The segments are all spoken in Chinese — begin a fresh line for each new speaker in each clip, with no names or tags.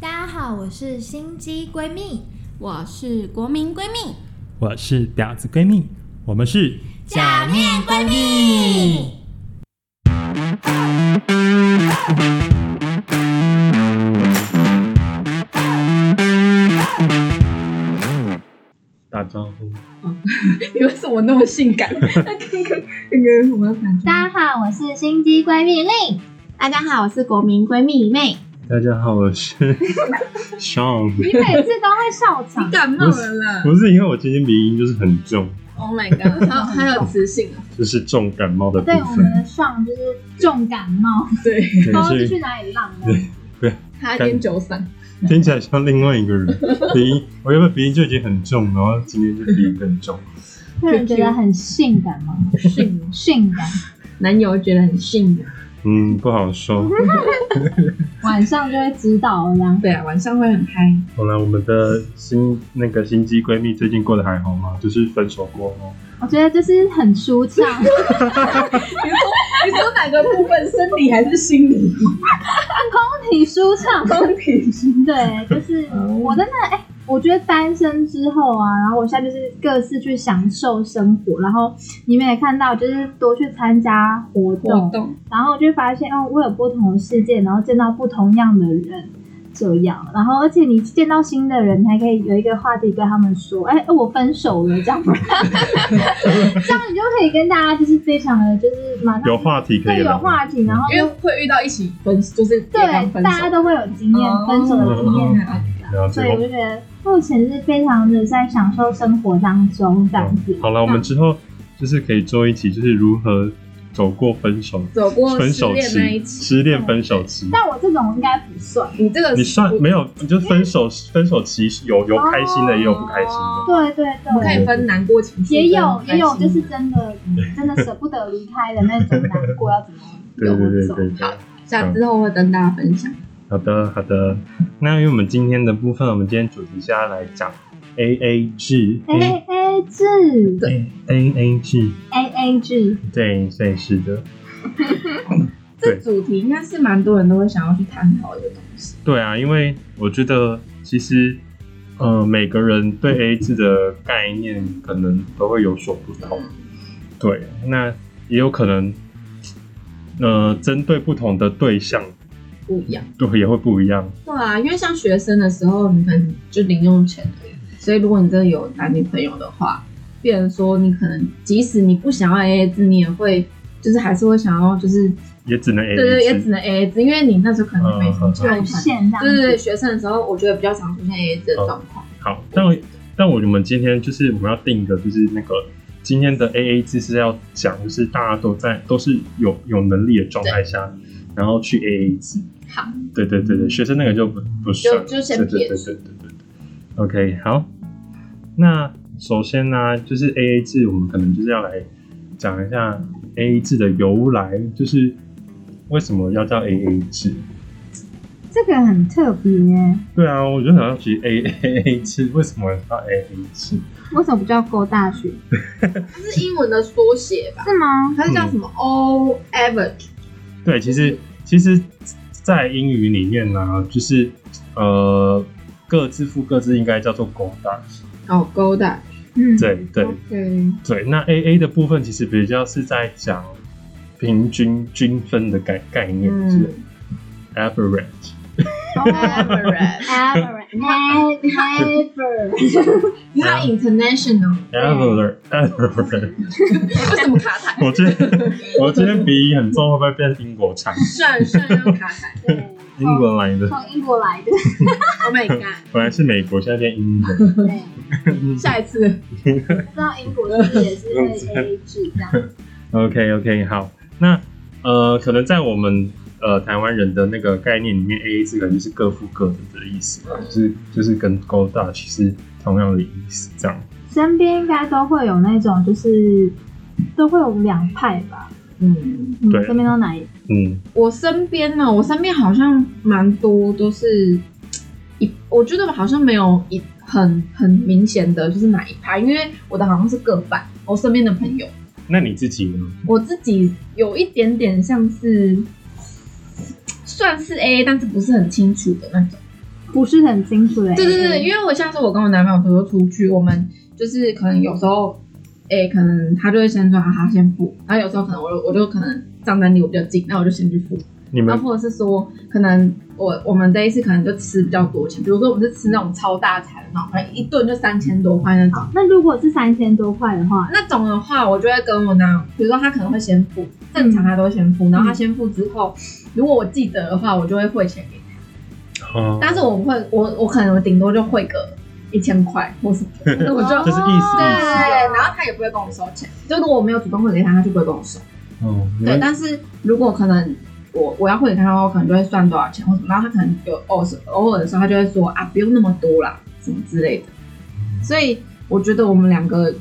大家好，我是心机闺蜜，
我是国民闺蜜，
我是婊子闺蜜，我们是
假面闺蜜。
打招呼。
你为什么那么性感？那刚刚那个我们反正，
大家好，我是心机闺蜜令。
大家好，我是国民闺蜜一妹。
大家好，我是 Sean，
你每次都会笑场
感冒了啦
不是因为我今天鼻音就是很重，
！Oh my god，还有还有磁性啊！
就是重感冒的部
对我
分
们，的上就是重感冒，
对，
可
不知道
能
是去
是
哪里浪了。
对
他烟酒嗓，
听起来像另外一个人鼻音。我原本鼻音就已经很重，然后今天就鼻音更重。
个人觉得很性感吗？
性
性感，
男友觉得很性感。
嗯，不好说。
晚上就会知道了这样。
对啊，晚上会很嗨。
好了，我们的新那个心机闺蜜最近过得还好吗？就是分手过后，
我觉得就是很舒畅，
你说哪个部分？生理还是心理？
挺舒畅。
身体
对，就是
嗯
我真的哎、我觉得单身之后啊，然后我现在就是各自去享受生活，然后你们也看到，就是多去参加活
活
动，
动。
然后就发现哦，我有不同的世界，然后见到不同样的人，这样，然后而且你见到新的人，你还可以有一个话题跟他们说，哎，我分手了，这样，这样你就可以跟大家就是非常的就是马上
有话题可以
对有
聊。
话题，然后
因为会遇到一起分，就是对
对
分
大家
手。
都会有经验、
哦
分手的经验
嗯
谈的
了解
所以我就觉得目前是非常的在享受生活当中这样子。
嗯好了，我们之后就是可以做一期，就是如何走过分手、
走过
分
失
手
恋那一
期、
期，
失恋分手期。
但我这种应该不算。
你这个
你算没有？你就分手分手期有有开心的，也有不开心的。
对对
我们可
对，
以分难过情绪，
也有也有，
跟开
就
心
是真的真的舍不得离开的那种难过，要怎么？
对对对对对
好。下之后会跟大家分享。
好的好的。那因为我们今天的部分，我们今天主题是要来讲 A A 制
A A 制
，A A 制，
，A A 制，
对对是的，
这
对
主题应该是蛮多人都会想要去探讨的东西。
对啊，因为我觉得其实。呃，每个人对 A A 制的概念可能都会有所不同，对，那也有可能，呃，针对不同的对象，
不一样。
对也会不一样。
对啊，因为像学生的时候，你可能就零用钱而已，所以如果你真的有男女朋友的话，变成说你可能即使你不想要 A A 制，你也会就是还是会想要就是
也只能 A
对
A
对，也只能 A 嗯 A 制，因为你那时候可能没什么
很
存款。
现这样
对对
子。
对，学生的时候我觉得比较常出现 A A 制的状况。
好，但我但我们今天就是我们要定的，就是那个今天的 A A 制是要讲，就是大家都在都是有有能力的状态下，然后去 A A 制。
好，嗯
对对对对，学生那个就不不算，
就就先
对对
撇
对对对对对。OK，好，那首先呢、就是 A A 制，我们可能就是要来讲一下 A A 制的由来，就是为什么要叫 A A 制。
这个很特别，
对啊，我就想要举 A A A 制，为什么要 A A 制？
为什么不叫勾大学？
它是英文的缩写吧？
是吗？
它是叫什么 O average？
对，其实其实，在英语里面呢、就是呃，各自付各自应该叫做勾搭。
哦，Go that。
嗯，
对对
OK，
对，那 A A 的部分其实比较是在讲平均均分的概概念，
嗯
就是 average。
average。
，ever ever，
你看 international，
average average，
为什么卡痰？
我今天我今天鼻音很重，会不会变英国腔？
算算要啊卡痰。
对，
英国来的，
从英国来 的，
Oh my god！
本来是美国，现在变英国。
对，
下一次
不知道英国是不是也是 A A 制这样？
OK OK，好，那呃，可能在我们呃台湾人的那个概念里面，A A 制可能就是各付各的的意思嘛，就是就是跟 Go Dutch 是同样的意思，这样。
身边应该都会有那种，就是都会有两派吧。
嗯，
嗯
对
身边都哪一？
嗯，
我身边呢，我身边好像蛮多都是一，我觉得好像没有一很很明显的就是哪一派，因为我的好像是各半，我身边的朋友，
那你自己呢？
我自己有一点点像是算是 A，但是不是很清楚的那种。
不是很清楚的 AA。
对对对，因为我像是我跟我男朋友，比如说出去，我们就是可能有时候，哎、可能他就会先说啊他先付，然后有时候可能我就我就可能账单离我比较近，那我就先去付，
你
然
们
后或者是说可能我我们这一次可能就吃比较多钱，比如说我们是吃那种超大餐的那种，可能一顿就三千多块那种，
那如果是三千多块的话，
那种的话，我就会跟我男友，比如说他可能会先付，正常他都会先付，然后他先付之后，如果我记得的话，我就会汇钱给他。
哦，
但是我不会，我我可能顶多就汇个一千块，或是 那我就
这是意思
对，
意思
然后他也不会跟我收钱，就如果我没有主动汇给他，他就不会跟我收。
哦，你
对，
们
但是如果可能我我要汇给他的话，我可能就会算多少钱或什么，然后他可能有偶尔偶尔的时候，他就会说啊，不用那么多啦，什么之类的。
嗯
所以我觉得我们两个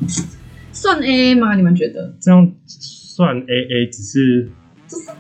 算 A A 吗？你们觉得？
这样算 A A，只是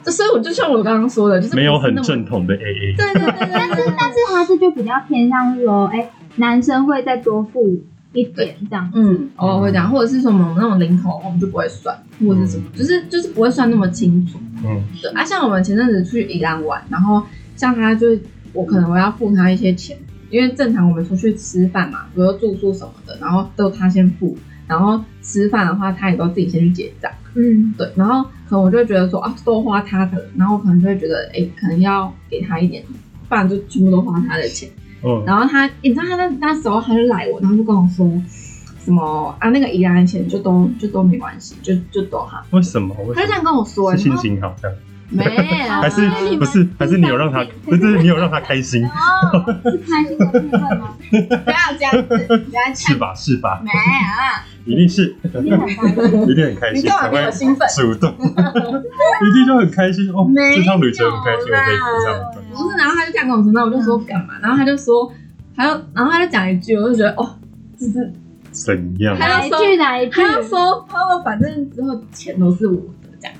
就是，所以我就像我刚刚说的，就是
没有很
不是那
正
么。
统的 A A。
对对对对对对，
但是他是就比较偏向说，哎、男生会再多付一点这样。
嗯，偶尔会这样，或者是什么那种零头，我们就不会算，或者是什么，就是就是不会算那么清楚。
嗯，
对啊，像我们前阵子去宜兰玩，然后像他就我可能我要付他一些钱，因为正常我们出去吃饭嘛，比如说住宿什么的，然后都他先付，然后吃饭的话他也都自己先去结账。
嗯，
对，然后可能我就会觉得说啊，都花他的了，然后我可能就会觉得哎、诶可能要给他一点，不然就全部都花他的钱。
哦，
然后他，你知道他那那时候他就赖我，然后就跟我说什么啊，那个宜兰的钱就都就都没关系，就就都好。
为什么？为
他就这
什
样跟我说、
么？
欸，
是心
然后
情好这样，
没有，
还是
你们
不是？还是你有让他，不是你有让他开心，
哦，是开心的部分吗？
不要这样子，不要
是吧？是吧？
没有，
一定 是，
你很开心。
一定很开心，
你干嘛
才
没有
会
兴奋？
主动，一定就很开心哦。
没有
这趟旅程很开心，我
啦
可以这样子。
不是，然后他就这样跟我说，那我就说干嘛？然后他就说，他就然后他就讲一句，我就觉得哦，就是
怎样？
哪一句哪一句？
他就说，他说反正之后钱都是我的这样，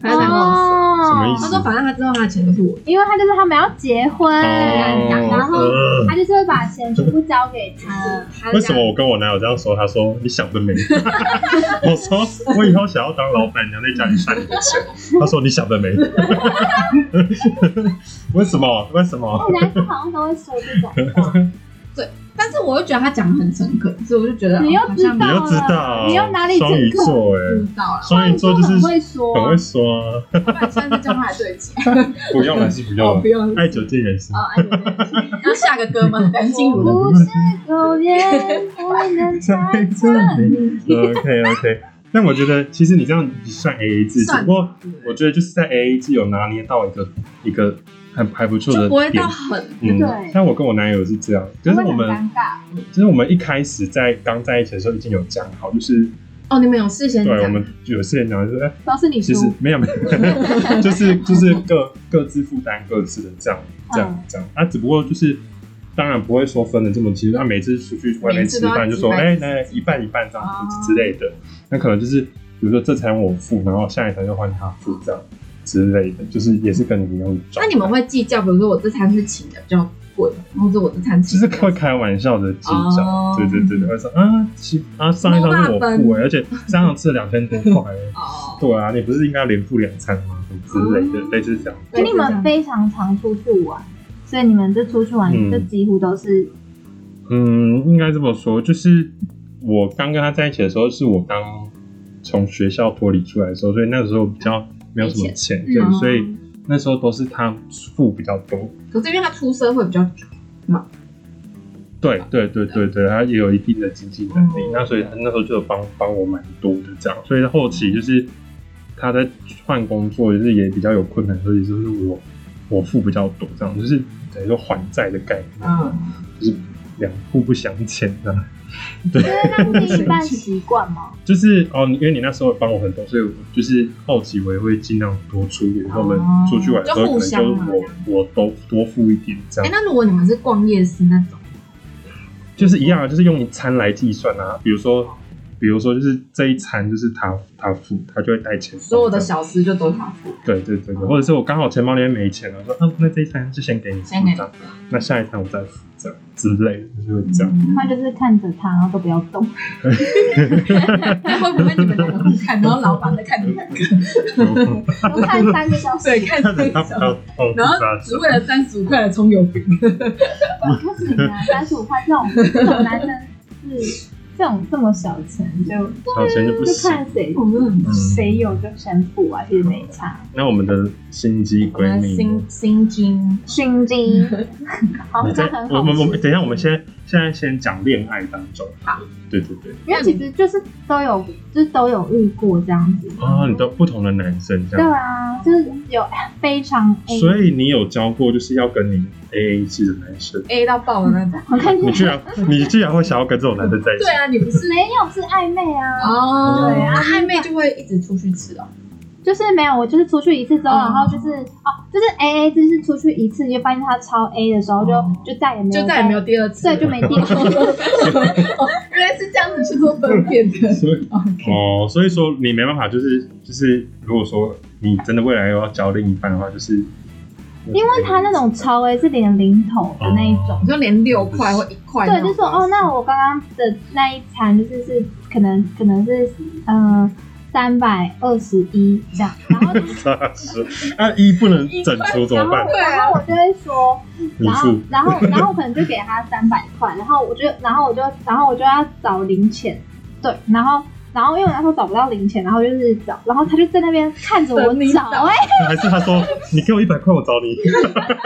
他就这样跟我说，
哦，
什么意
他
思
说反正他之后他的钱都是我的，
因为他就是他们要结婚，
哦
然后
呃
他就是会把钱全部交给他。
他就
为
这
什
样
么我跟我男友这样说？他说你想得美。我说我以后想要当老板娘，在家里赚你的钱。他说你想得美。 为什么？为什么？
哎，男生好像都会说这种话，
但是我又觉得他讲的很诚恳，所以我就觉得
你又
哦好像
知
你
道
又知道，
你又哪里
双鱼
整个
座哎、
知道了，
双鱼座就是
很会说
很会说啊，
不然算是叫他来对齐。
不用了是不用
哦，
了
不，用
爱久见人心
哦，。爱你要下个歌吗？梁静茹的。
不是狗眼不能猜测你。
OK OK，但我觉得其实你这样算 AA 制，只
算
不过我觉得就是在 AA 制有拿捏到一个一个很还不错的
就不会
点
到。很
嗯
对，
像我跟我男友是这样， 就是我
会
们
很尴尬，
就是我们一开始在刚在一起的时候已经有讲好，就是
哦，你们有事先
对我
讲，
们有事情讲，就是哎、
都是你
其
输
实。没有没有， 就是就是各各自负担各自的这样这样
嗯
这样，啊，只不过就是当然不会说分的这么清，那每次出去外面吃饭就说哎
每次都
那
要
一半一半这
哦
样子之类的，那可能就是比如说这餐我付，然后下一餐就换他付这样之类的，就是也是跟你一样的状
那
态。
你们会计较，比如说我这餐是请的比较贵，或者我这餐
就
请
是
的比较
会开玩笑的计较
哦，
对对对对，会说啊，其啊上一餐是我付
多大
哎，而且这样吃了两千多块哎，
哦，
对啊，你不是应该连付两餐吗？什么之类的，类似这样。
那你们非常常出去玩，所以你们这出去玩
嗯
就几乎都是
嗯，应该这么说，就是我刚跟他在一起的时候，是我刚从学校脱离出来的时候，所以那时候比较没有什么钱，对，
嗯
所以那时候都是他付比较多。
可是因为他出社会比较久，
对对对对对，他也有一定的经济能力，
嗯
那所以他那时候就有帮帮我蛮多的这样，所以后期就是他在换工作，就是也比较有困难，所以就是我我付比较多这样，就是等于说还债的概念，
嗯，
就是两互不相欠这样。对，
让另一半习惯吗？
就是哦，因为你那时候帮我很多，所以我就是后期我也会尽量多出一点。然后我们出去玩的时候，
就互
可能
相
就是
嘛
我我都多付一点这
哎，
样，
那如果你们是逛夜市那种，
就是一样啊，就是用一餐来计算啊。比如说，比如说就是这一餐就是他他付，他就会带钱包。
所有的小吃就都他付，
对对对对，或者是我刚好钱包里面没钱了，我说嗯，那这一餐就先给你付
先给你
这样，那下一餐我再付这这样之类的，就是会这样。
嗯
他就是看着他，然后都不要 动。
那会不会你们两个互看，然后老板在看你们 两个，
我看三个小时，
对，看这
然
个，
后哦
然后只为了三十五块的葱油饼，
不行啊，三十五块这种这种男生是这种这么小钱就
好像就不
就
行。嗯
看谁
我们很
谁有就先付啊，其实没差。
那我们的心机闺蜜呢，
心心经，
心机，好
我们
像
在
很
我
好
们我们
吃，
等一下，我们先现在先讲恋爱当中。好，对对对。
因为其实就是都有，就是都有遇过这样子。
啊，你都不同的男生这
对
样，
啊，就是有非常 A，
所以你有教过就是要跟你 A A 制的男生，
A 到爆的那种。
哎我看
你居然 你居然会想要跟这种男生在一起
对？啊，你不 是
没有是暧昧啊，
哦，
对啊
那暧昧就会一直出去吃哦。
就是没有，我就是出去一次之后，
哦
然后就是哦，就是 A A，就是出去一次就发现他超 A 的时候，就
哦
就再也没有
就再也没有第二次
对，
了，
就没第二次。
原来是这样子去做分辨 的。
所以
OK，
哦，所以说你没办法，就是就是，如果说你真的未来有要交另一半的话，就是
因为他那种超 A 是连零头的那一种。
哦
你说连六块或一块那
对，
种，
就说哦，那我刚刚的那一餐就是是可能可能是呃三百二十一这样，然后
扎实， 那一不能整除怎么
然后
办？
啊
然后我就会说，
你
然后
付
然后然后我可能就给他三百块，然后我就然后我就然后我就要找零钱，对，然后然后因为我那时候找不到零钱，然后就是找，然后他就在那边看着我
等你
找，
找
哎，
还是他说你给我一百块，我找 你，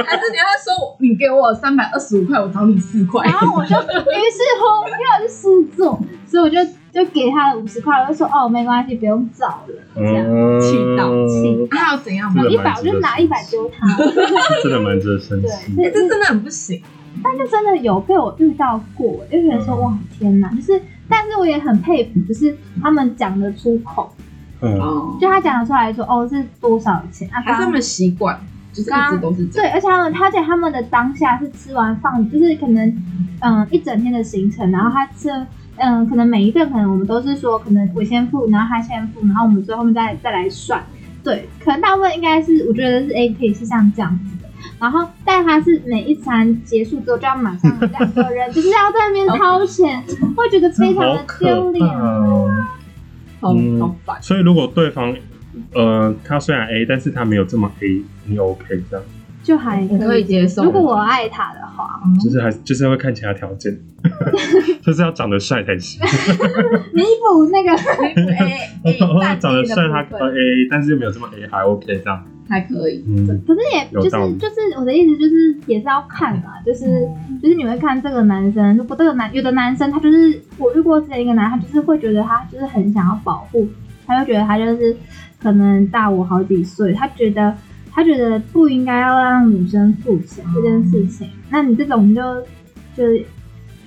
还是你要说你给我三百二十五块，我找你四块
然。后 我就于是乎，因为我是狮子座，所以我就就给他了五十块，我就说哦没关系，不用找了，这样。
嗯，
气到
气
那还有怎样
真
吗？
的
一百我就拿一百丢他，
嗯真的蛮值得生气。
对，
哎
就
这
是
真的很不行。
但就真的有被我遇到过，就觉得说
嗯
哇天哪，就是，但是我也很佩服，就是他们讲得出口，
嗯，
哦，
就他讲得出来说哦是多少钱啊，
还是他们习惯，就是一直都是这样。
对，而且他们他在他们的当下是吃完饭，就是可能嗯一整天的行程，然后他吃嗯可能每一顿可能我们都是说可能我先付，然后他先付，然后我们最后面再再来算。对，可能大部分应该是我觉得是 A 可以是像这样子的。然后，但他是每一餐结束之后就要马上两个人 就是要在那边掏钱，会觉得非常
好
的丢
可
脸。
怕哦。
好
嗯
好烦。
所以如果对方，呃，他虽然 A，但是他没有这么 A，你 OK 这样，
就还
我可以接受
如果我爱他的话，
就是还就是会看其他条件， 就是要长得帅才行。
弥补那个
哎哎，
哦长得
的
帅他
部
呃
分
A，但是又没有这么 A 还 OK 这样，
还可以。
嗯，
可是也
有
就是
道理
就是我的意思就是也是要看啊，就是
嗯
就是你会看这个男生，如果这个男有的男生他就是我遇过之前一个男，他就是会觉得他就是很想要保护，他就觉得他就是可能大我好几岁，他觉得他觉得不应该要让女生付钱这件事情，
嗯
那你这种就就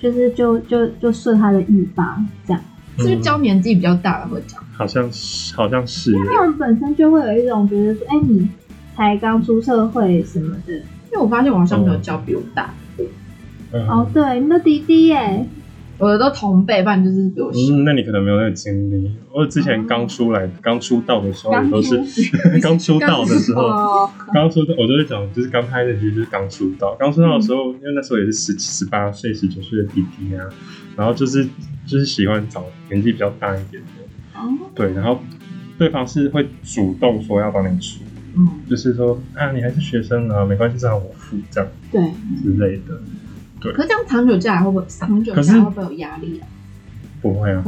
就是就就就顺他的意吧，这样。
是不是教年纪比较大的会讲？
嗯好像是好像是
他们本身就会有一种觉得说，哎、你才刚出社会什么的，
因为我发现我好像没有教比我大，
嗯
哦，对，你的弟弟耶、
我的都同辈，不然就是比我小。
嗯，那你可能没有那个经历。我之前刚出来、刚出道的时候，也都是 刚出道的时候，
哦，
刚出道，我都会讲，就是刚拍的剧就是刚出道。刚出道的时候，因为那时候也是十十八岁、十九岁的弟弟啊，然后就是就是喜欢找年纪比较大一点的，
哦
对，然后对方是会主动说要帮你出，
嗯，
就是说啊，你还是学生啊，没关系，这样我付这样
对，
之类的。
可是这样长久下来会不会长久
可
下
是
来会不会有压力啊？
不会啊，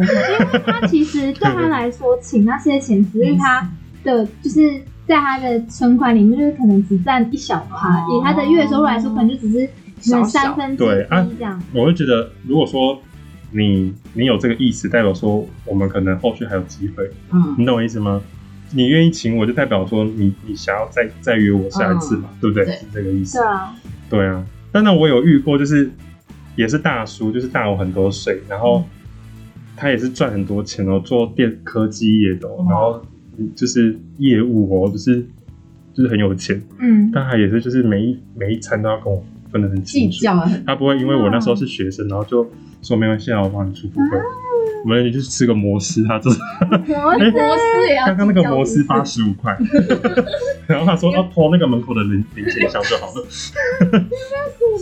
他其实对他来说，请那些钱只是他的，就是在他的存款里面，就是可能只占一小趴，
哦
以他的月收入来说，可能就只是可能
小小
三分之
对啊
一这样。
我会觉得，如果说你你有这个意思，代表说我们可能后续还有机会，
嗯，
你懂我意思吗？你愿意请我，就代表说你你想要再再约我下一次嘛，对不对？
对
是这个意思
对。啊，
对啊，但那我有遇过，就是也是大叔，就是大我很多岁，然后
嗯
他也是赚很多钱哦，做电科技业的哦、
哇
然后就是业务哦，就是就是很有钱，
嗯，
但他也是就是每一每一餐都要跟我分得很
计
清楚。
较很嗯
他不会因为我那时候是学生，然后就说没关系啊，我帮你出不会。我们就去吃个摩斯，他就是
摩
哎
斯
摩 斯也 要
刚刚那个摩斯
啊计较
八
一次
十五 块，然后他说要拖那个门口的零零钱箱就好了，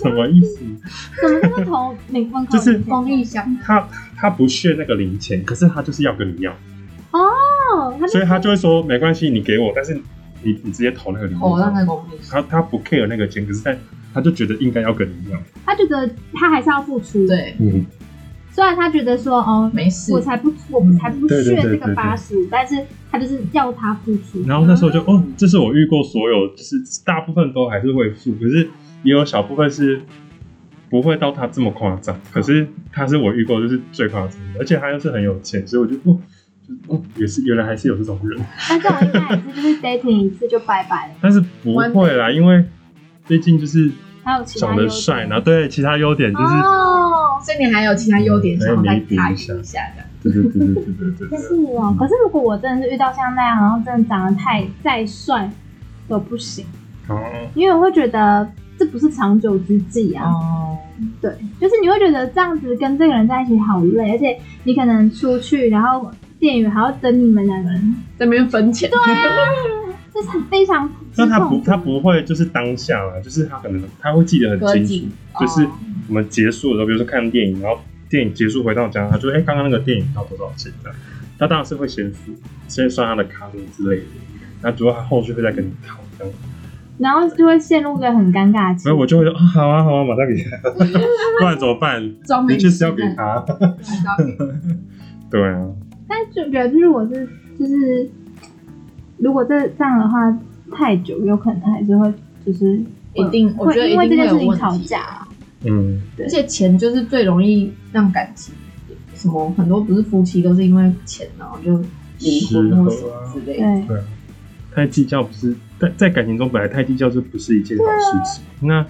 什么意思？
怎么这么投美门口
就是
公益箱，
他他不屑那个零钱，可是他就是要跟你要，
哦，他
所以他就会说没关系，你给我，但是你你直接投那个零钱
哦，那
箱，
个公益箱，
他他不 care 那个钱，可是但他就觉得应该要跟你要，
他觉得他还是要付出，，
对，
嗯，
虽然他觉得说哦，
没事
我，才不，我们才不
对对
屑
对
这
对对
个八十五，但是他就是要他付出，
然后那时候就哦，这是我遇过所有，就是大部分都还是会付，可是也有小部分是不会到他这么夸张，可是他是我遇过就是最夸张的，而且他又是很有钱，所以我就哦，就哦，也是原来还是有这种人，
但这种应该也是就是 dating 一次就拜拜了，
但是不会啦，因为毕竟就是
还有其他
长得帅，
优点
然后对其他优点就是，
哦，
所以你还有其他优点想要再
可以
擦
弥补一
一
下
下的，
对对对对对对对
就是
对，
哦，可是如果我真的是遇到像那样，然后真的长得太再帅都不行，
哦，
因为我会觉得这不是长久之计啊，
哦，
对，就是你会觉得这样子跟这个人在一起好累，而且你可能出去，然后店员还要等你们两 个人，
在那边分钱，对，啊
这是非常
那
之
他
痛
不
苦。
他不会就是当下啦，就是他可能他会记得
割
很清
颈
楚。就是
哦
我们结束的时候，比如说看电影，然后电影结束回到家，他就哎，刚、刚那个电影要多少钱这样？他当然是会先付，先算他的卡什么之类的。那主要他后续会再跟你讨这样，
然后就会陷入一个很尴尬的
所以
情
我
况。
就会说啊，好啊，好啊，马上给他， 不然怎么办？
装没
你确实要给他，
他，
对啊，
但就觉得就是我是就是，如果这这样的话太久，有可能还是会就是
一定，我
会
觉得
会
一
因为这
定会
件
有
事情
问
吵
题，
架啊。
嗯，
而且钱就是最容易让感情什么很多不是夫妻都是因为钱然后就离婚
啊
或什么之类的，
对，
对啊，太计较不是在在感情中本来太计较就不是一件好事情。那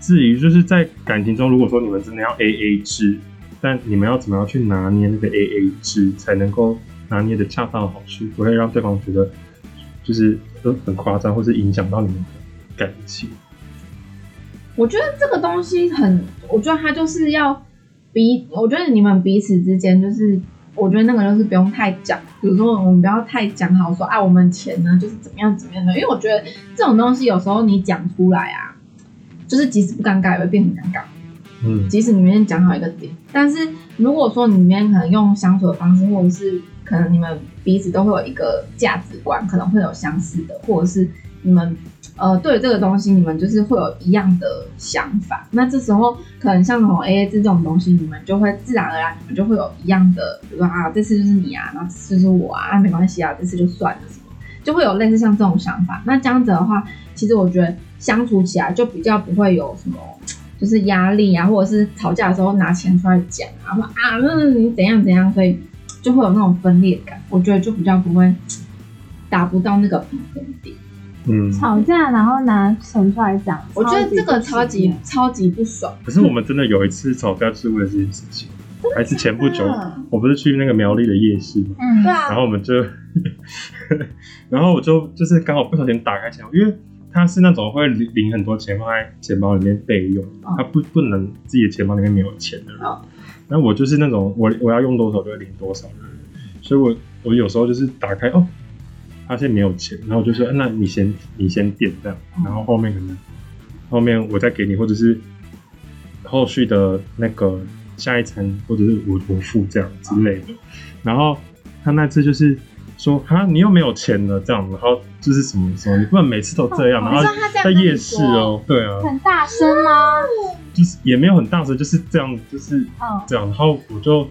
至于就是在感情中，如果说你们真的要 A A 制，但你们要怎么样去拿捏那个 A A 制，才能够拿捏的恰到好处，不会让对方觉得就是呃很夸张，或是影响到你们的感情。
我觉得这个东西很，我觉得它就是要彼，我觉得你们彼此之间就是，我觉得那个就是不用太讲，比如说我们不要太讲好说啊，我们钱呢就是怎么样怎么样的，因为我觉得这种东西有时候你讲出来啊，就是即使不尴尬也会变很尴尬，
嗯，
即使你们先讲好一个点，但是如果说你们可能用相处的方式，或者是可能你们彼此都会有一个价值观，可能会有相似的，或者是你们呃对于这个东西，你们就是会有一样的想法。那这时候可能像什么 AA 制这种东西，你们就会自然而然，你们就会有一样的，比如说啊，这次就是你啊，然后这次就是我啊，啊没关系啊，这次就算了什么，就会有类似像这种想法。那这样子的话，其实我觉得相处起来就比较不会有什么。就是压力啊，或者是吵架的时候拿钱出来讲啊，说啊，那你怎样怎样，所以就会有那种分裂感。我觉得就比较不会达不到那个平衡点。
嗯，
吵架然后拿钱出来讲，
我觉得这个超级
不行
超级不爽。
可是我们真的有一次吵架是为了这件事情，还是前不久，我不是去那个苗栗的夜市吗？
的
对
嗯，对，
然
啊，
后我们就，然后我就就是刚好不小心打开钱包，因为他是那种会领领很多钱放在钱包里面备用，
哦
他不不能自己的钱包里面没有钱的人
哦。
那、我就是那种我我要用多少就会领多少的人，所以我我有时候就是打开哦，发现没有钱，然后我就说、啊那你先你先垫这样，然后后面可能后面我再给你，或者是后续的那个下一餐，或者是我我付这样之类的。然后他那次就是说哈，你又没有钱了这样，然后就是什么什么，你不能每次都这样，然
你
后
说他这
在
样跟你
夜市哦，对啊，
很大声吗？
就是也没有很大声，就是这样，就是
嗯，
这样，然后我就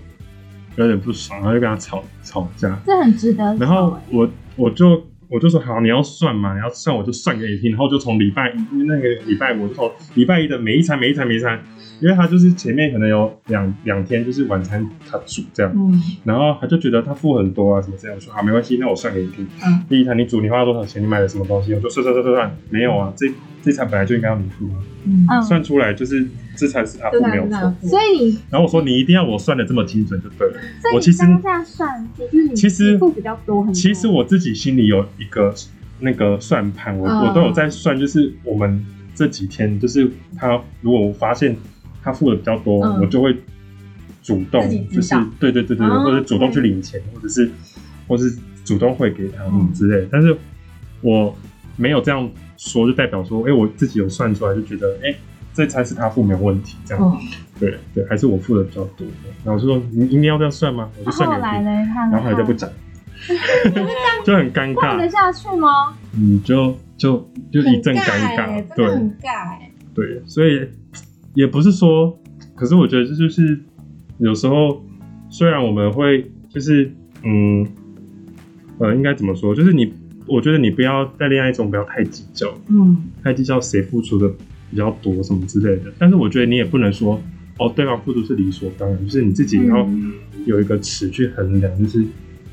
有点不爽，然后就跟他吵吵架，
这很值得。欸
然后我我就我就说好，你要算嘛，你要算我就算给你听。然后就从礼拜一那个礼拜五，就从礼拜一的每一餐每一餐每一餐，因为他就是前面可能有两两天就是晚餐他煮这样，
嗯，
然后他就觉得他付很多啊什么这样，我说好没关系，那我算给你听。
嗯
第一餐你煮你花了多少钱，你买了什么东西，我就算算算算算，没有啊，这这餐本来就应该要你付啊，
嗯，啊
嗯，
算出来就是这才是他付
真的
没有
真
错
的。，
所以你
然后我说你一定要我算的这么精准就对了。
所以
我
你
其实
当下算，也就是你
其实
嗯付比较多很多。
其实我自己心里有一个那个算盘，我、
嗯
我都有在算，就是我们这几天，就是他如果我发现他付的比较多，
嗯
我就会主动
自己，
就
知
是
道
对对对对，
哦
或者主动去领钱，或者是或是主动汇给他们之类的。但是我没有这样说，就代表说，哎、我自己有算出来，就觉得，哎、这餐是他付没有问题，这样、
哦，
对对，还是我付的比较多。然后我就说，你一定要这样算吗？我就算给
后
你，
来呢？他
然后后来就不
嗯
涨，就很尴
逛得
尬，
下去吗？
嗯，就就就一阵尴尬，
真
对
的。很尬欸
对，所以也不是说，可是我觉得这就是有时候，虽然我们会就是嗯呃，应该怎么说，就是你，我觉得你不要在恋爱中不要太计较，
嗯，
太计较谁付出的比较多什么之类的，但是我觉得你也不能说哦，对方付出是理所当然，就是你自己也要
嗯
有一个尺去衡量，就是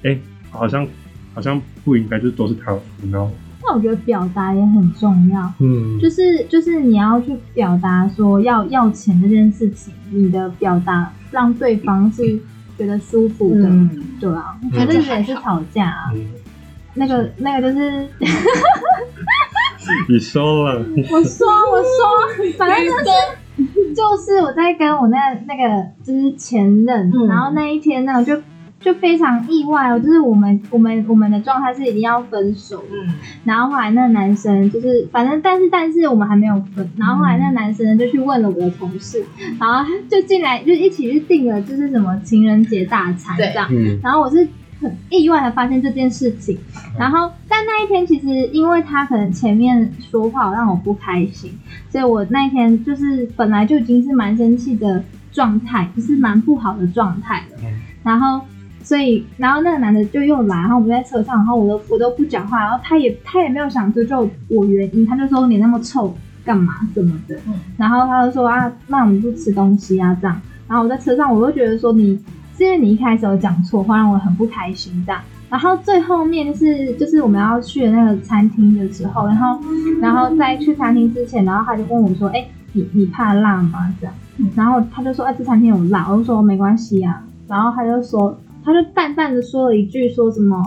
哎、好像好像不应该就是都是他付，然后
那我觉得表达也很重要。
嗯，
就是就是你要去表达说要要钱这件事情，你的表达让对方是觉得舒服的，
嗯，
对啊，
嗯
可是这也是吵架、啊，
嗯
那个那个就是
你收了，
我说我说，反正就是就是我在跟我那那个就是前任，
嗯
然后那一天呢，我就就非常意外哦，就是我们我们我们的状态是一定要分手的，
嗯，
然后后来那个男生就是，反正但是但是我们还没有分。然后后来那个男生就去问了我的同事，然后就进来就一起去订了，就是什么情人节大餐
对
这样。
嗯。
然后我是很意外的发现这件事情。然后但那一天其实因为他可能前面说话让我不开心，所以我那一天就是本来就已经是蛮生气的状态，就是蛮不好的状态了。
嗯
然后。所以，然后那个男的就又来，然后我们在车上，然后我都我都不讲话，然后他也他也没有想追究我原因，他就说你那么臭干嘛什么的，
嗯
然后他就说啊，那我们不吃东西啊这样，然后我在车上我都觉得说你是因为你一开始有讲错话，让我很不开心这样。然后最后面就是就是我们要去的那个餐厅的时候，然后然后在去餐厅之前，然后他就问我说，哎、你你怕辣吗？这样
嗯，
然后他就说，哎、这餐厅有辣，我就说没关系啊。然后他就说，他就淡淡的说了一句，说什么，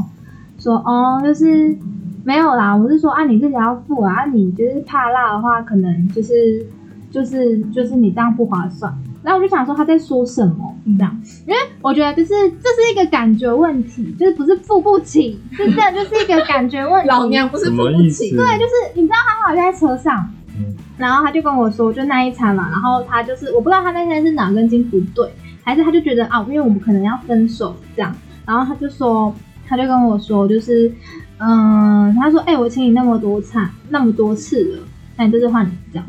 说哦，就是没有啦，我是说啊，你自己要付啊，啊你就是怕辣的话，可能就是就是就是你这样不划算。然后我就想说他在说什么
嗯
这样，因为我觉得就是这是一个感觉问题，就是不是付不起，是真的就是一个感觉问题。啊
老娘不是
什
付
么
不
意思？
起，
对，
就是你知道他好像在车上，
嗯
然后他就跟我说，就那一餐嘛，然后他就是我不知道他那天是哪根筋不对，还是他就觉得啊，因为我们可能要分手这样，然后他就说，他就跟我说，就是嗯，他说，哎、我请你那么多餐，那么多次了，那你这次换你这样，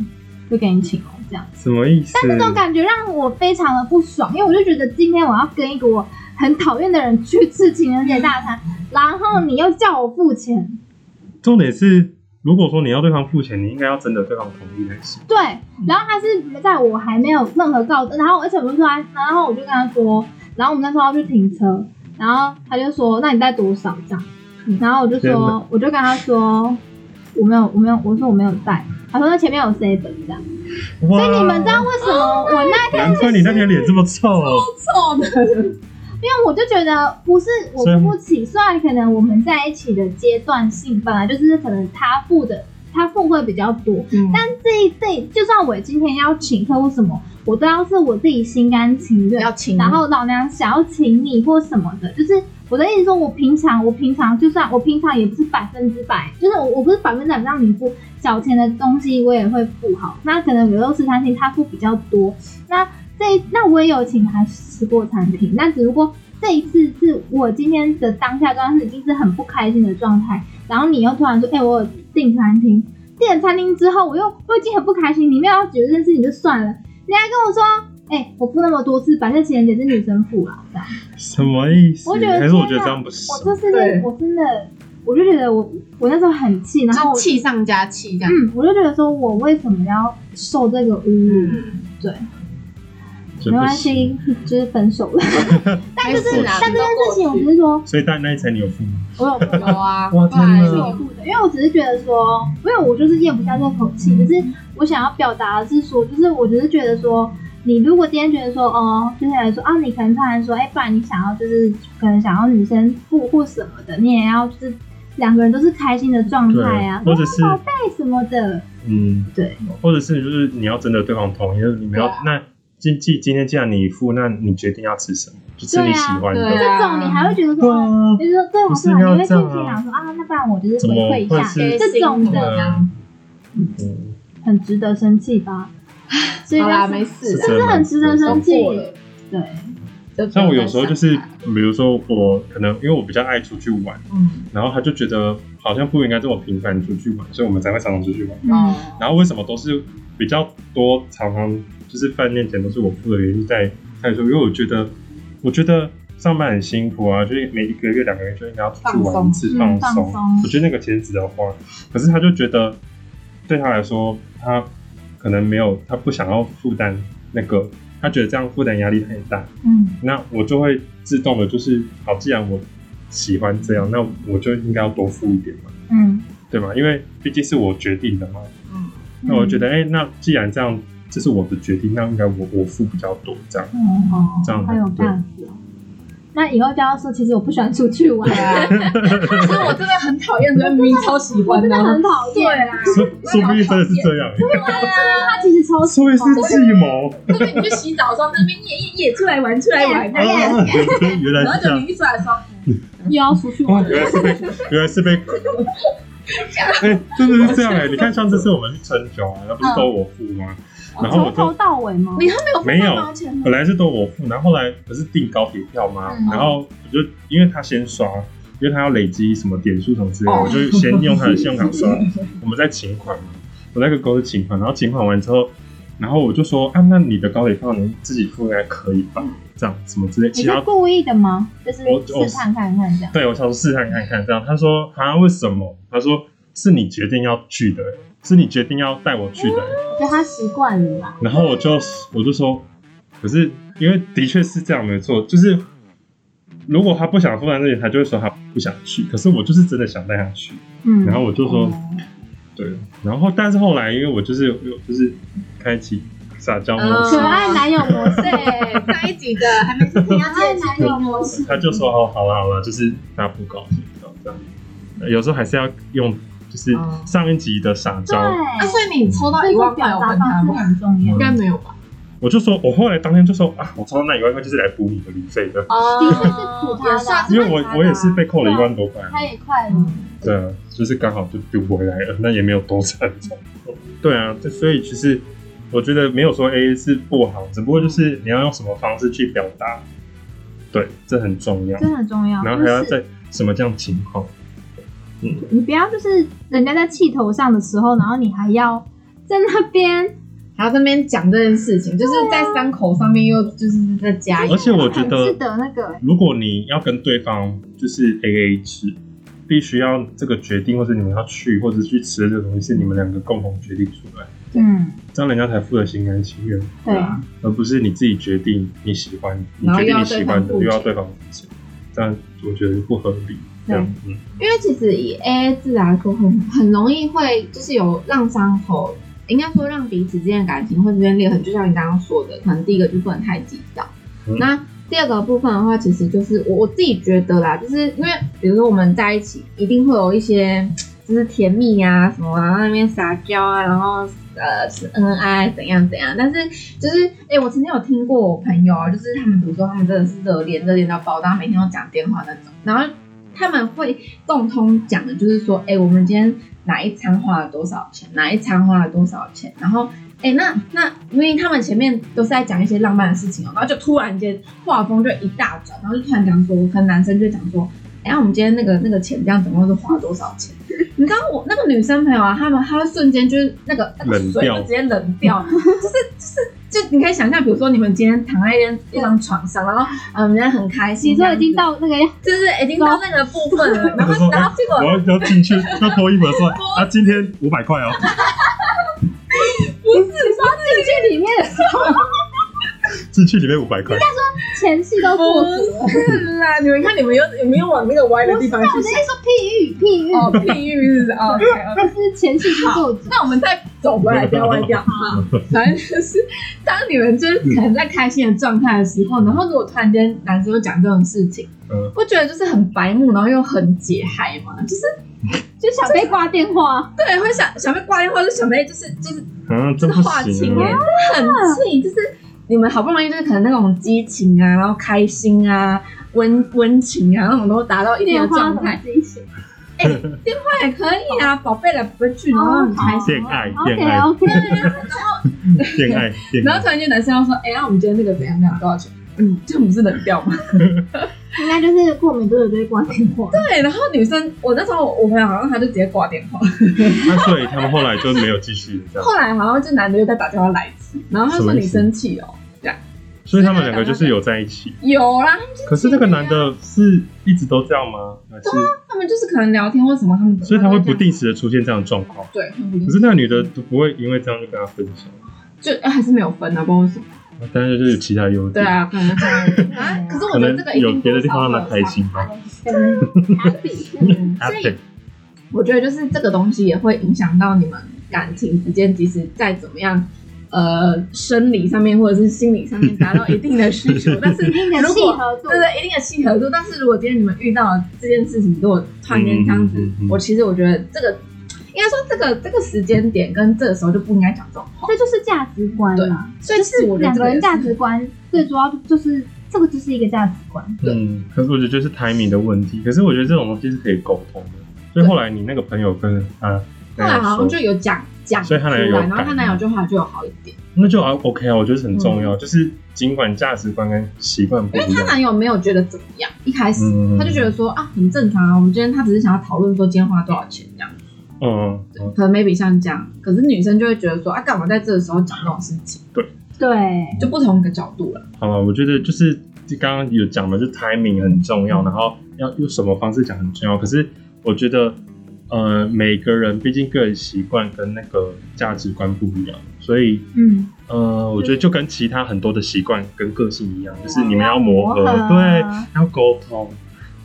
就给你请哦，这样。
什么意思？
但这种感觉让我非常的不爽，因为我就觉得今天我要跟一个我很讨厌的人去吃情人节大餐，然后你又叫我付钱，
重点是，如果说你要对方付钱，你应该要征得对方同意才行。
对，然后他是在我还没有任何告知，然后而且我们说他，然后我就跟他说，然后我们那时候要去停车，然后他就说那你带多少这样，
嗯
然后我就
天
说
哪
我就跟他说我没有我没有我说我没有带，他说那前面有 seven 这样，
哇！
所以你们知道为什么我那天
难怪你那天脸这么臭哦，
臭的，
因为我就觉得不是我
所以
付不起，虽然可能我们在一起的阶段性本来就是可能他付的他付会比较多，但这一这一就算我今天要请客或什么，我都要是我自己心甘情愿
要，请你，
然后老娘想要请你或什么的，就是我的意思说，我平常我平常就算我平常也不是百分之百，就是我我不是百分之百让你付小钱的东西，我也会付好。那可能有时候吃餐厅他付比较多，那这一那我也有请他吃过餐厅，那只不过这一次是我今天的当下状态是已经是很不开心的状态，然后你又突然说，哎、我有订餐厅，订了餐厅之后，我又我已经很不开心，你没有要解决这件事情就算了，你还跟我说，哎、我付那么多次，反正情人节是女生付啦，这样，
什么意思？
我觉得
还是我
天
觉得
哪
这样不行
我。这事
对
情我真的，我就觉得我我那时候很气，然后
就
我
气上加气这样。
嗯，我就觉得说我为什么要受这个侮辱？对，
这
没
不
关
行。
系，就是分手了。
但就是
但这件事情，我只是说
所以但那一层你有付吗？
我有
有啊，
哇天哪
还是
是我
我
付的，因为我只是觉得说，因为我就是咽不下这口气，只是我想要表达的是说，就是我只是觉得说，你如果今天觉得说，哦，接下来说啊，你可能突然说，哎、不然你想要就是可能想要女生付或什么的，你也要就是两个人都是开心的状态啊，
或者是
宝贝什么的，
嗯，
对，
或者是就是你要征得对方同意，就是你们要
对啊
那今今今天既然你付，那你决定要吃什么，就吃你喜欢
对
这
的。
啊
种你还会觉得
对
说，哦
啊，
就是说对我
不是
是吧？你
要
会
这
心
样啊
情想说啊，那不然我就是
怎
回
么
馈一下
会，是
这种的
对啊嗯，
很值得生气吧？所以
好啦，
那
没
是
事
是
的，
这很值得
真的
生
都
气，
过了。
对，
像我有时候就是，比如说我可能因为我比较爱出去玩，
嗯，
然后他就觉得好像不应该这么频繁出去玩，所以我们才会常常出去玩。
嗯，
然后为什么都是比较多，常常就是饭店钱都是我付的原因在在于说，因为我觉得我觉得上班很辛苦啊，就是每一个月两个月就应该要出去玩一次
放
放
松嗯
松，
放松
我觉得那个钱值得花。可是他就觉得对他来说，他可能没有他不想要负担那个，他觉得这样负担压力太大。
嗯，
那我就会自动的，就是好，既然我喜欢这样，那我就应该要多付一点嘛，
嗯，
对吗？因为毕竟是我决定的嘛。
嗯，
那我觉得，哎、那既然这样，这是我的决定，那应该我我付比较多，这样
嗯，哦，
这样
好有
对。
办法。那以后就要说，其实我不喜欢出去玩
对，啊，可是我真的很讨厌，明明超喜
我
欢
真
的
的
啊，
很讨
对
厌。
啊，
说说不定真的是这样，
啊他其实超
说不定是
啊
计谋。
对不对？你去洗澡的时候，那边夜夜夜出来玩，出来玩，
啊，原
然
来
后
是这
就
样
你，一出来的时候，
又要出去玩
哇，，原来是被，原来是 被。哎、真的是这样哎、你看，像这次我们去春酒啊，那不是都我付吗？然后我
从
就
头到尾吗？
你还没有
没有
付包钱吗？
本来是都我付，然后后来不是订高铁票吗？
嗯
然后我就因为他先刷，因为他要累积什么点数什么之类的，
哦
我就先用他的信用卡 刷。我们在请款嘛，我在跟公司请款，然后请款完之后，然后我就说啊，那你的高铁票你自己付应该可以吧？这样什么之类，
嗯你
其他
是故意的吗？就是
我我
试探看看这样。
对我想说试探看看这样。他说啊，为什么？他说是你决定要去的、是你决定要带我去的、
我觉得他习惯了啦，
然后我就我就说，可是因为的确是这样没错，就是如果他不想负担这些，他就会说他不想去。可是我就是真的想带他去，
嗯，
然后我就说、对，然后但是后来因为我就是我就是开启撒
嗯
娇模式，
可爱男友模 式，
对，上一集的还没听，
可爱男友模式，
他就说哦好了好了，就是大步高兴这样。有时候还是要用就是
哦
上一集的撒
嗯对
娇，，
啊，所以你抽到一
这
万
个
块，
表
有
达
分他
方式
吗？
很重要
应。该没有吧？
我就说我后来当天就说啊，我抽到那一万块就是来补你的旅费的，
哦
的确是苦他的啊
因为我我也是被扣了一万多块。
他也快了，
对啊，就是刚好就就回来了，那也没有多惨。对啊，这所以其实我觉得没有说 A 是不好，只不过就是你要用什么方式去表达，对，这很重要。
真的很重要。
然后还要在什么这样情况，
你不要就是人家在气头上的时候，然后你还要在那边，
还要在那边讲这件事情，就是在伤口上面又就是在加油
而，且我觉
很值
得
得那个欸
如果你要跟对方就是 A A 制，必须要这个决定，或者你们要去，或者去吃的这个东西是你们两个共同决定出来，
嗯，
这样人家才付得心甘情愿。
对，
而不是你自己决定你喜欢，你
然后
决定
又要
你喜欢的，又要
对方付钱
对方付钱，这样我觉得不合理。这样，嗯，
因为其实以 A A 制来说，很很容易会就是有让伤口，应该说让彼此之间的感情会之间裂痕，就像你刚刚说的，可能第一个就不能太计较。
嗯
那第二个部分的话，其实就是我我自己觉得啦，就是因为比如说我们在一起，一定会有一些就是甜蜜啊什么啊，然后那边撒娇啊，然后呃是恩爱怎样怎样，但是就是哎、诶我曾经有听过我朋友啊，就是他们比如说他们真的是热恋热恋到爆，然后每天都讲电话那种，然后他们会共通讲的就是说，哎、我们今天哪一餐花了多少钱，哪一餐花了多少钱，然后。哎、那那因为他们前面都是在讲一些浪漫的事情哦，然后就突然间画风就一大转，然后就突然讲说，可能男生就讲说，哎、呀，我们今天那个那个钱这样总共是花了多少钱？你知道我那个女生朋友啊，她们她会瞬间就是那个那个
冷
水
掉
就直接冷 掉，就是就是就你可以想象，比如说你们今天躺在一张一张床上，然后嗯，我们今天很开
你
心，
说已经
这样子
到那个要
就是已经到那个部分了，然后然后结
我
果
要要进去要脱衣服的时候，啊，今天五百块哦，
进去里面的
进去里面五百块，
前戏都做足了。
不 是啦，你们看你们又你们又往那个歪的地方去
我的意
想
思说譬喻，譬喻，
哦，譬喻是不是哦，OK OK。
就是前戏是做足。
那我们再走回来，不要歪掉 啊。反正就是，当你们就是可能在开心的状态的时候，然后如果突然间男生又讲这种事情，
嗯
不觉得就是很白目，然后又很解嗨嘛？就是
就想被挂电话，
对，会想想被挂电话，就想被就是就是
啊，
就
这
是
不
划清
行
哎，
啊，
真的很气，就是你们好不容易就是可能那种激情啊，然后开心啊、温温情啊那种都达到一定的
电话
状
什么
态，
这些，
那也可以啊，宝贝来宝贝去，然后很开心。
恋爱，恋
，OK
爱，
OK，哦
啊恋爱，恋
然后
爱，
突然间男生要说，哎、那我们今天那个怎样怎样多少钱？嗯，这不是冷掉吗？
应该就是过没多久就会挂电话。
对，然后女生，我那时候我朋友好像他就直接挂电话，
那所以他们后来就没有继续这样，
后来好像这男的又再打电话来一次，然后他
什
说
么意
你
思
生气哦，
所以他们两个就是有在一起。
有啦，
可是那个男的是一直都这样吗？还是
啊他们就是可能聊天或什么，他们
所以他会不定时的出现这样的状况？
对，他们不定
可
时
是那个女的都不会因为这样就跟他分手，
就、哎还是没有分啊，不知道为什么。
但是就是有其他优点，
对啊，可能 是啊，可是我
可
觉
能
得这个一定
有别的地方让他开心吧。
多少会有差。嗯所
啊
以
Happy，
我觉得就是这个东西也会影响到你们感情之间，即使再怎么样，呃，生理上面或者是心理上面达到一定的需 求，但是
一定的
如
契
果
合度
对，对，一定的契合度。但是如果今天你们遇到这件事情，如果突然间这样子，
嗯嗯嗯嗯
我其实我觉得这个应该说这个这个时间点跟这个时候就不应该讲这种话。
这就是价值观啦。
所以是我觉得
两
这
个
个
人
也
价
是
值观最主要就是这个就是一个价值观，
嗯，可是我觉得就是 timing 的问题。可是我觉得这种东西是可以沟通的。所以后来你那个朋友跟他
后来好像就有讲讲出
所以她男
来，
友有
然后她
改
男友就好像就有好一点。
那就啊 OK 啊，我觉得是很重要。就是尽管价值观跟习惯不
嗯因为
一
她
样，
男友没有觉得怎么样，一开始
嗯
她就觉得说啊很正常啊，我们今天她只是想要讨论说今天花多少钱这样，
嗯，嗯
可能 maybe 像这样，可是女生就会觉得说啊干嘛在这个时候讲这种事情，
对，
就不同的角度了。
嗯好了，我觉得就是刚刚有讲的，就 timing 很重
嗯
要，然后要用什么方式讲很重要。可是我觉得，呃，每个人毕竟个人习惯跟那个价值观不一样，所以
嗯，
呃，我觉得就跟其他很多的习惯跟个性一样，就是你们要磨
磨
合，
合
对，要沟通，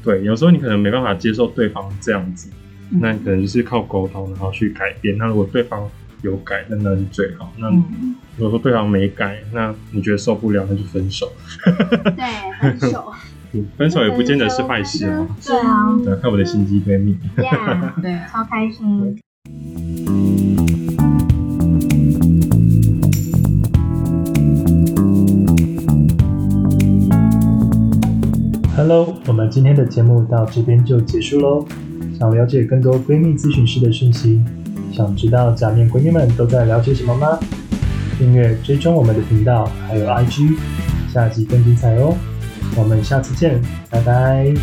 对，有时候你可能没办法接受对方这样子，
嗯
那可能就是靠沟通，然后去改变。那如果对方有改，那那是最好。那
嗯，
如果说对方没改，那你觉得受不了，那就分手。
对，分手，
嗯分手也不见得是坏事啊。
对啊，
对，看我的心机闺蜜。
呀，
对啊，
超开心。
Hello，我们今天的节目到这边就结束喽。想了解更多闺蜜咨询师的讯息，想知道假面闺蜜们都在聊些什么吗？订阅追踪我们的频道，还有 IG，下集更精彩哦。我们下次见，拜拜。